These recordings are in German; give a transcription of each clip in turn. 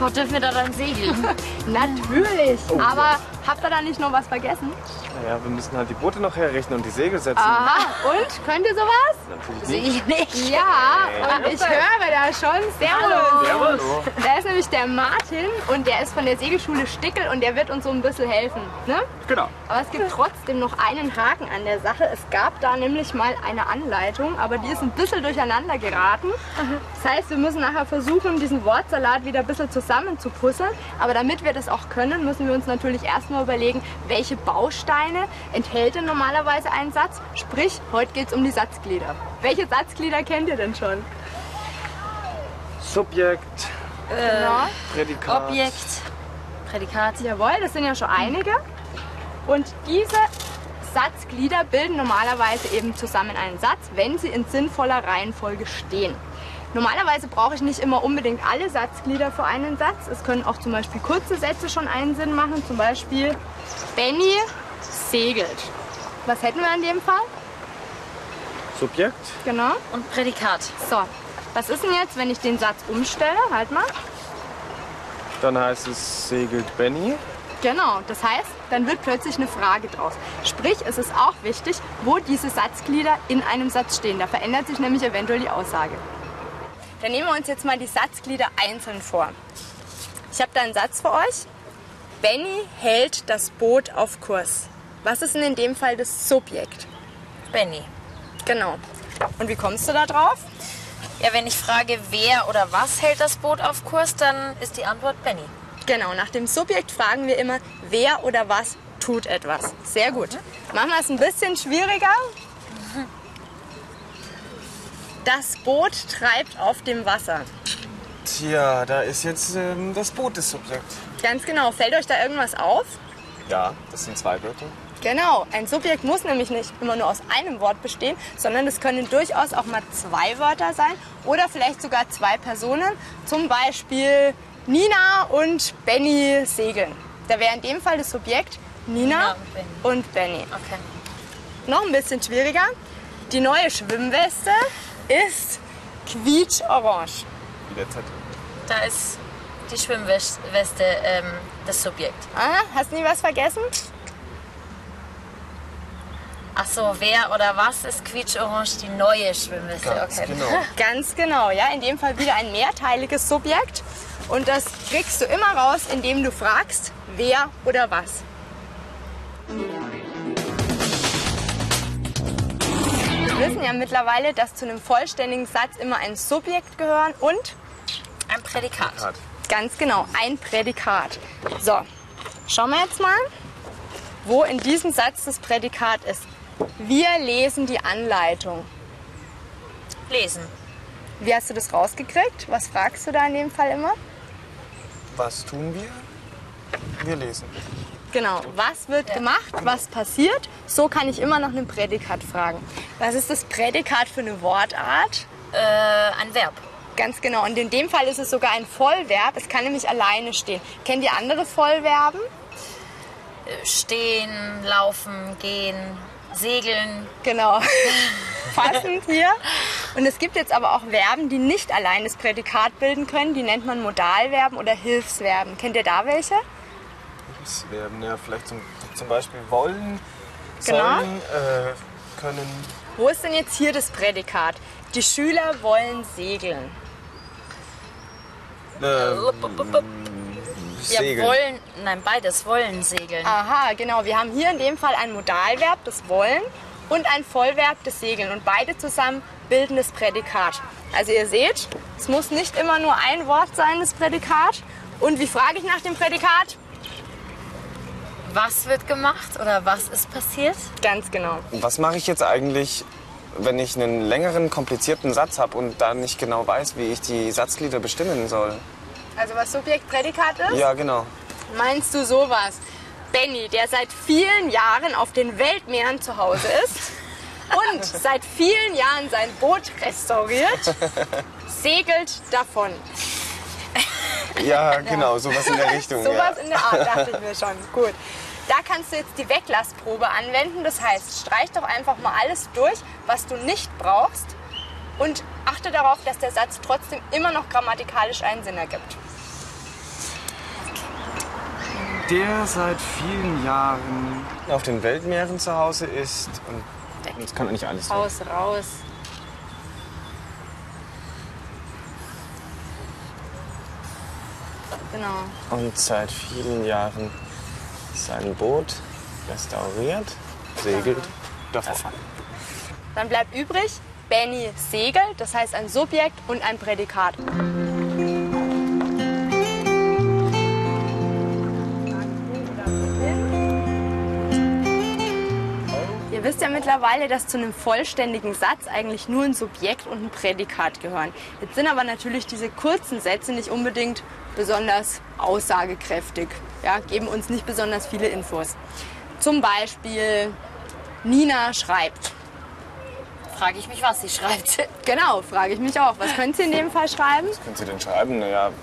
Gott, dürfen wir da dann segeln? Natürlich. Oh. Aber habt ihr da nicht noch was vergessen? Naja, wir müssen halt die Boote noch herrechnen und die Segel setzen. Aha. Und? Könnt ihr sowas? Natürlich Ah, Sehe nicht. ich nicht. Ja. Und ich höre da schon. Servus. Servus. Da ist nämlich der Martin und der ist von der Segelschule Stickel und der wird uns so ein bisschen helfen. Ne? Genau. Aber es gibt trotzdem noch einen Haken an der Sache. Es gab da nämlich mal eine Anleitung, aber die ist ein bisschen durcheinander geraten. Das heißt, wir müssen nachher versuchen, diesen Wortsalat wieder ein bisschen zusammenzupuzzeln. Aber damit wir das auch können, müssen wir uns natürlich erstmal überlegen, welche Bausteine enthält denn normalerweise ein Satz. Sprich, heute geht es um die Satzglieder. Welche Satzglieder kennt ihr denn schon? Subjekt, Genau. Prädikat. Objekt, Prädikat. Jawohl, das sind ja schon einige. Und diese Satzglieder bilden normalerweise eben zusammen einen Satz, wenn sie in sinnvoller Reihenfolge stehen. Normalerweise brauche ich nicht immer unbedingt alle Satzglieder für einen Satz. Es können auch zum Beispiel kurze Sätze schon einen Sinn machen. Zum Beispiel Benny segelt. Was hätten wir in dem Fall? Subjekt. Genau. Und Prädikat. So, was ist denn jetzt, wenn ich den Satz umstelle? Halt mal. Dann heißt es segelt Benny. Genau, das heißt, dann wird plötzlich eine Frage draus. Sprich, es ist auch wichtig, wo diese Satzglieder in einem Satz stehen. Da verändert sich nämlich eventuell die Aussage. Dann nehmen wir uns jetzt mal die Satzglieder einzeln vor. Ich habe da einen Satz für euch. Benny hält das Boot auf Kurs. Was ist denn in dem Fall das Subjekt? Benny. Genau. Und wie kommst du da drauf? Ja, wenn ich frage, wer oder was hält das Boot auf Kurs, dann ist die Antwort Benny. Genau, nach dem Subjekt fragen wir immer, wer oder was tut etwas. Sehr gut. Machen wir es ein bisschen schwieriger. Das Boot treibt auf dem Wasser. Tja, da ist jetzt ähm, das Boot das Subjekt. Ganz genau. Fällt euch da irgendwas auf? Ja, das sind zwei Wörter. Genau, ein Subjekt muss nämlich nicht immer nur aus einem Wort bestehen, sondern es können durchaus auch mal zwei Wörter sein oder vielleicht sogar zwei Personen, zum Beispiel Nina und Benny segeln. Da wäre in dem Fall das Subjekt Nina, Nina und Benny. Okay. Noch ein bisschen schwieriger. Die neue Schwimmweste ist quietschorange. Wie der Zettel. Da ist die Schwimmweste ähm, das Subjekt. Ah, hast nie was vergessen? Ach so, wer oder was ist quietschorange? Die neue Schwimmweste. Ganz okay. Genau. Ganz genau, ja. In dem Fall wieder ein mehrteiliges Subjekt. Und das kriegst du immer raus, indem du fragst, wer oder was. Wir wissen ja mittlerweile, dass zu einem vollständigen Satz immer ein Subjekt gehören und Ein Prädikat. Hat. Ganz genau, ein Prädikat. So, schauen wir jetzt mal, wo in diesem Satz das Prädikat ist. Wir lesen die Anleitung. Lesen. Wie hast du das rausgekriegt? Was fragst du da in dem Fall immer? Was tun wir? Wir lesen. Genau, was wird gemacht, was passiert? So kann ich immer nach einem Prädikat fragen. Was ist das Prädikat für eine Wortart? Äh, ein Verb. Ganz genau, und in dem Fall ist es sogar ein Vollverb. Es kann nämlich alleine stehen. Kennt ihr andere Vollverben? Äh, Stehen, laufen, gehen, segeln. Genau. Passend hier. Und es gibt jetzt aber auch Verben, die nicht allein das Prädikat bilden können. Die nennt man Modalverben oder Hilfsverben. Kennt ihr da welche? Das werden ja vielleicht zum, zum Beispiel wollen, Genau. sollen, äh, können. Wo ist denn jetzt hier das Prädikat? Die Schüler wollen segeln. Äh, hm, Ja, wollen, nein, beides wollen segeln. Aha, genau. Wir haben hier in dem Fall ein Modalverb, das Wollen, und ein Vollverb, das Segeln. Und beide zusammen bilden das Prädikat. Also ihr seht, es muss nicht immer nur ein Wort sein, das Prädikat. Und wie frage ich nach dem Prädikat? Was wird gemacht oder was ist passiert? Ganz genau. Was mache ich jetzt eigentlich, wenn ich einen längeren, komplizierten Satz habe und da nicht genau weiß, wie ich die Satzglieder bestimmen soll? Also was Subjekt, Prädikat ist? Ja, genau. Meinst du sowas? Benny, der seit vielen Jahren auf den Weltmeeren zu Hause ist und seit vielen Jahren sein Boot restauriert, segelt davon. Ja, genau, sowas in der Richtung. Sowas ja. in der Art dachte ich mir schon. Gut. Da kannst du jetzt die Weglassprobe anwenden. Das heißt, streich doch einfach mal alles durch, was du nicht brauchst und achte darauf, dass der Satz trotzdem immer noch grammatikalisch einen Sinn ergibt. der seit vielen Jahren auf den Weltmeeren zu Hause ist. Und das kann nicht alles sein. Raus, raus. Genau. Und seit vielen Jahren sein Boot restauriert, segelt davon. Dann bleibt übrig Benny Segel, das heißt ein Subjekt und ein Prädikat. Ihr wisst ja mittlerweile, dass zu einem vollständigen Satz eigentlich nur ein Subjekt und ein Prädikat gehören. Jetzt sind aber natürlich diese kurzen Sätze nicht unbedingt besonders aussagekräftig. Ja, geben uns nicht besonders viele Infos. Zum Beispiel Nina schreibt. Frage ich mich, was sie schreibt. Genau, frage ich mich auch. Was könnt ihr in dem Fall schreiben? Können Sie denn schreiben? Naja, ein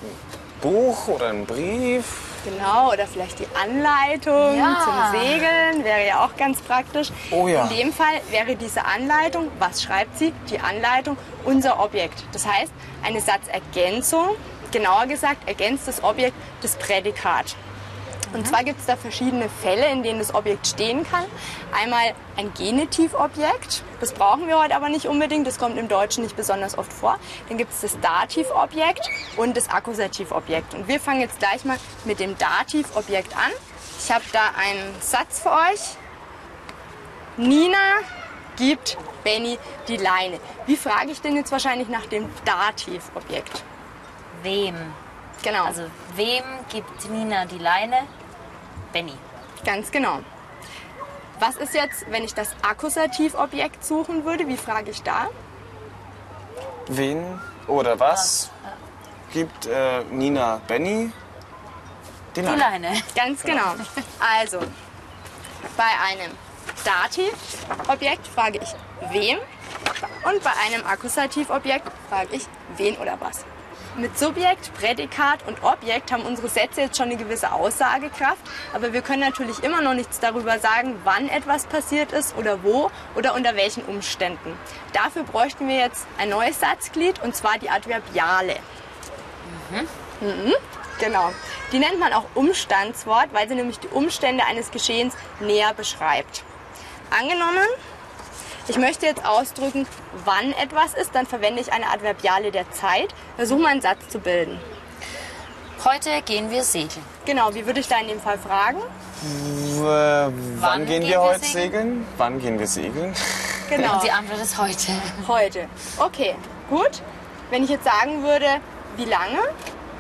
Buch oder ein Brief? Genau, oder vielleicht die Anleitung Ja. zum Segeln wäre ja auch ganz praktisch. Oh ja. In dem Fall wäre diese Anleitung, was schreibt sie? Die Anleitung, unser Objekt. Das heißt, eine Satzergänzung, genauer gesagt, ergänzt das Objekt das Prädikat. Und zwar gibt es da verschiedene Fälle, in denen das Objekt stehen kann. Einmal ein Genitivobjekt, das brauchen wir heute aber nicht unbedingt, das kommt im Deutschen nicht besonders oft vor. Dann gibt es das Dativobjekt und das Akkusativobjekt. Und wir fangen jetzt gleich mal mit dem Dativobjekt an. Ich habe da einen Satz für euch. Nina gibt Benny die Leine. Wie frage ich denn jetzt wahrscheinlich nach dem Dativobjekt? Wem? Genau. Also wem gibt Nina die Leine? Benny. Ganz genau. Was ist jetzt, wenn ich das Akkusativobjekt suchen würde? Wie frage ich da? Wen oder was gibt äh, Nina Benny den Die Namen? Leine. Ganz genau. Also, bei einem Dativobjekt frage ich wem und bei einem Akkusativobjekt frage ich wen oder was. Mit Subjekt, Prädikat und Objekt haben unsere Sätze jetzt schon eine gewisse Aussagekraft, aber wir können natürlich immer noch nichts darüber sagen, wann etwas passiert ist oder wo oder unter welchen Umständen. Dafür bräuchten wir jetzt ein neues Satzglied und zwar die Adverbiale. Genau. Die nennt man auch Umstandswort, weil sie nämlich die Umstände eines Geschehens näher beschreibt. Angenommen, ich möchte jetzt ausdrücken, wann etwas ist, dann verwende ich eine Adverbiale der Zeit, versuche mal einen Satz zu bilden. Heute gehen wir segeln. Genau, wie würde ich da in dem Fall fragen? W- Äh, wann, Wann gehen gehen wir wir heute segeln? segeln? Wann gehen wir segeln? Genau, Und die Antwort ist heute. heute. Okay, gut. Wenn ich jetzt sagen würde, wie lange?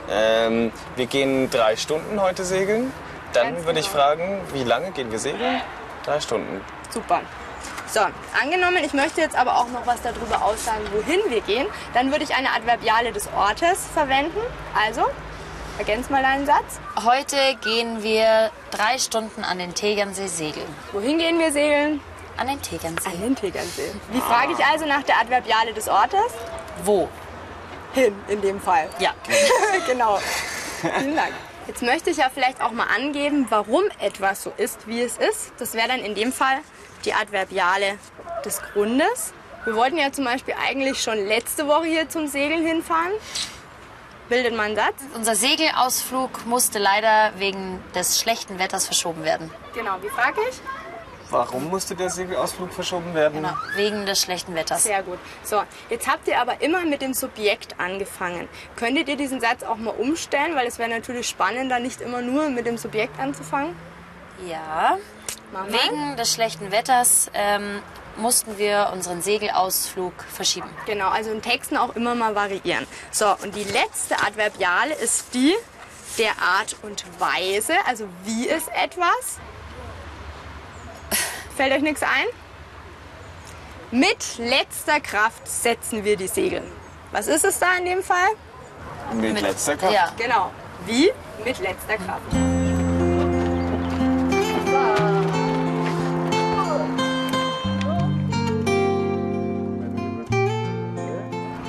Ähm, wir gehen drei Stunden heute segeln. Dann Ganz würde ich genau. fragen, wie lange gehen wir segeln? Drei Stunden. Super. So, angenommen, ich möchte jetzt aber auch noch was darüber aussagen, wohin wir gehen, dann würde ich eine Adverbiale des Ortes verwenden. Also, ergänz mal deinen Satz. Heute gehen wir drei Stunden an den Tegernsee segeln. Wohin gehen wir segeln? An den Tegernsee. den Tegernsee. Wie frage ich also nach der Adverbiale des Ortes? Wo? Hin, in dem Fall. Ja. genau. Vielen Dank. Jetzt möchte ich ja vielleicht auch mal angeben, warum etwas so ist, wie es ist. Das wäre dann in dem Fall die Adverbiale des Grundes. Wir wollten ja zum Beispiel eigentlich schon letzte Woche hier zum Segeln hinfahren. Bildet man einen Satz? Unser Segelausflug musste leider wegen des schlechten Wetters verschoben werden. Genau, wie frage ich? Warum musste der Segelausflug verschoben werden? Genau. Wegen des schlechten Wetters. Sehr gut. So, jetzt habt ihr aber immer mit dem Subjekt angefangen. Könntet ihr diesen Satz auch mal umstellen, weil es wäre natürlich spannender, nicht immer nur mit dem Subjekt anzufangen? Ja. Mama? Wegen des schlechten Wetters ähm, mussten wir unseren Segelausflug verschieben. Genau, also in Texten auch immer mal variieren. So, und die letzte Adverbiale ist die der Art und Weise, also wie ist etwas. Fällt euch nichts ein? Mit letzter Kraft setzen wir die Segel. Was ist es da in dem Fall? Mit, letzter Kraft. Ja. Genau. Wie? Mit letzter Kraft.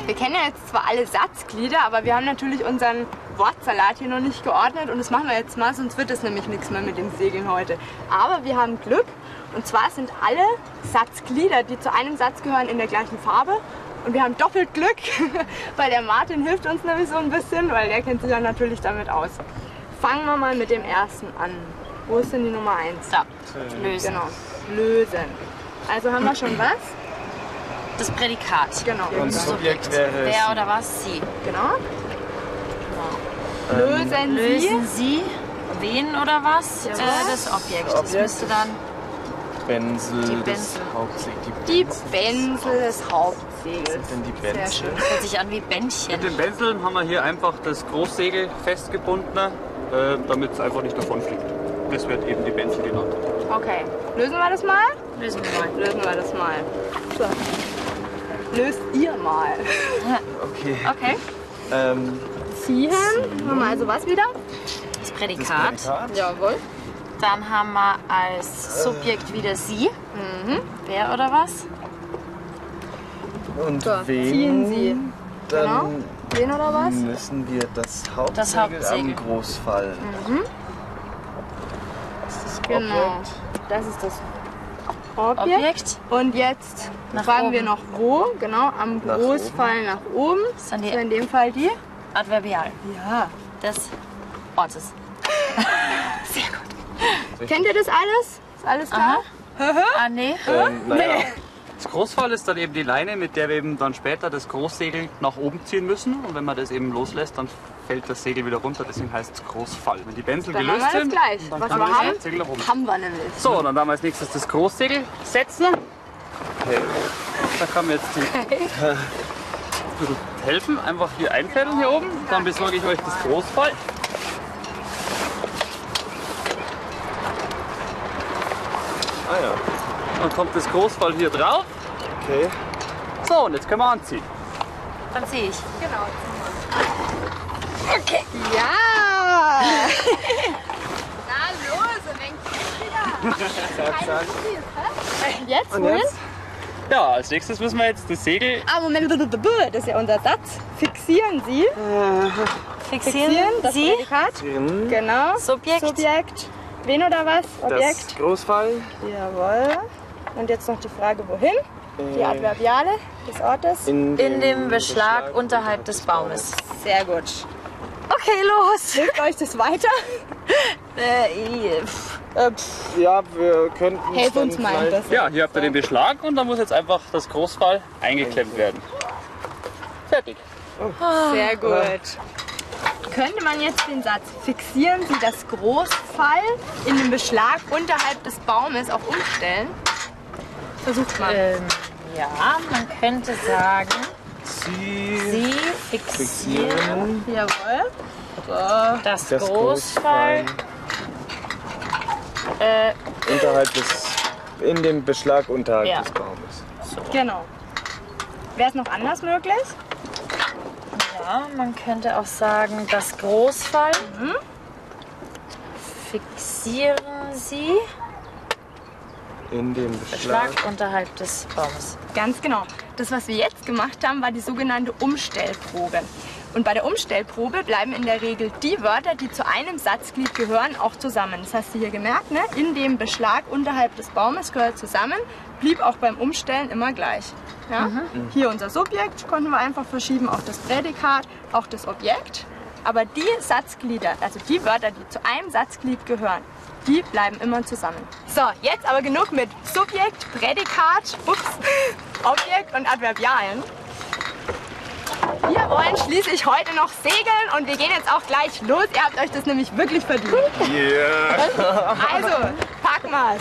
Wir kennen ja jetzt zwar alle Satzglieder, aber wir haben natürlich unseren Wortsalat hier noch nicht geordnet und das machen wir jetzt mal, sonst wird es nämlich nichts mehr mit dem Segeln heute. Aber wir haben Glück und zwar sind alle Satzglieder, die zu einem Satz gehören, in der gleichen Farbe und wir haben doppelt Glück, weil der Martin hilft uns nämlich so ein bisschen, weil der kennt sich ja natürlich damit aus. Fangen wir mal mit dem ersten an. Wo ist denn die Nummer 1? Da, lösen. Genau. Lösen. Also haben wir schon was? Das Prädikat. Genau. Und Subjekt wäre Wer es. oder was sie? Genau. Lösen Sie. Lösen sie wen oder was? Äh, Jawohl. das Objekt. Das Objekt. müsste dann Benzel, das Die Benzel. Hauptsegel. Die Benzel des Hauptsegels. Denn die Sehr Benzel. schön. hört sich an wie Bändchen. Mit dem Benzel haben wir hier einfach das Großsegel festgebunden, äh, damit es einfach nicht davonfliegt. Das wird eben die Benzel genannt. Okay. Lösen wir das mal? Lösen wir mal. Lösen wir das mal. So. Löst ihr mal. Okay. Okay. Ähm, Ziehen. Haben wir also was wieder? Das das Prädikat. Prädikat. Jawohl. Dann haben wir als Subjekt wieder sie. Wer oder was? Und So, wen? ziehen Sie. Dann Wen oder was? müssen wir das Hauptsegel, Hauptsegel. am Großfall. Das ist das Genau. Objekt. Das ist das Objekt. Objekt. Und jetzt Nach fragen oben. wir noch wo. Genau, am Nach Großfall nach oben. Das ist dann So die in dem Fall die? Adverbial Ja. des Ortes. Kennt ihr das alles? Ist alles klar? Ah, nee. Ähm, naja, Das Großfall ist dann eben die Leine, mit der wir eben dann später das Großsegel nach oben ziehen müssen. Und wenn man das eben loslässt, dann fällt das Segel wieder runter. Deswegen heißt es Großfall. Wenn die Benzel Dann haben wir gelöst das sind, gleich. dann Was kann wir man haben? das Segel nach oben. Haben wir nämlich. So, dann haben wir als nächstes das Großsegel setzen. Okay. Da kann mir jetzt die äh, helfen. Einfach hier einfädeln hier oben. Dann besorge ich euch das Großfall. Ah ja, Dann kommt das Großfall hier drauf. okay. So, und jetzt können wir anziehen. Dann sehe ich. Genau. Okay. Ja! Na los, wenn wieder. Äh, Jetzt, wohin? Ja, als nächstes müssen wir jetzt das Segel Ah, Moment, das ist ja unser Satz. Fixieren Sie. Fixieren, Fixieren, das sie. Prädikat. Genau. Subjekt. Subjekt. Wen oder was? Das Objekt. Großfall. Jawohl. Und jetzt noch die Frage, wohin? Die Adverbiale des Ortes. In dem Beschlag unterhalb des Baumes. Sehr gut. Okay, los. Hilft euch das weiter? Äh, äh, pff. Äh, pf, ja, wir könnten. Helft dann uns mal. vielleicht- Das Ja, hier habt ihr den Beschlag und da muss jetzt einfach das Großfall eingeklemmt werden. Fertig. Sehr gut. Könnte man jetzt den Satz fixieren Sie das Großfall in den Beschlag unterhalb des Baumes auch umstellen? Versucht mal. ähm, ja, man könnte sagen, Sie. sie fixieren Jawohl. das, Das Großfall. Äh, Unterhalb des. In dem Beschlag unterhalb Ja. des Baumes. Genau. Wäre es noch anders möglich? ja, man könnte auch sagen, das Großfall. Fixieren sie In dem Beschlag. Schlag unterhalb des Baumes. Ganz genau. Das, was wir jetzt gemacht haben, war die sogenannte Umstellprobe. Und bei der Umstellprobe bleiben in der Regel die Wörter, die zu einem Satzglied gehören, auch zusammen. Das hast du hier gemerkt, ne? In dem Beschlag unterhalb des Baumes gehört zusammen, blieb auch beim Umstellen immer gleich. Ja? Hier unser Subjekt konnten wir einfach verschieben auf das Prädikat, auch das Objekt. Aber die Satzglieder, also die Wörter, die zu einem Satzglied gehören, die bleiben immer zusammen. So, jetzt aber genug mit Subjekt, Prädikat, ups, Objekt und Adverbialen. Wir wollen schließlich heute noch segeln und wir gehen jetzt auch gleich los. Ihr habt euch das nämlich wirklich verdient. Also, pack mal.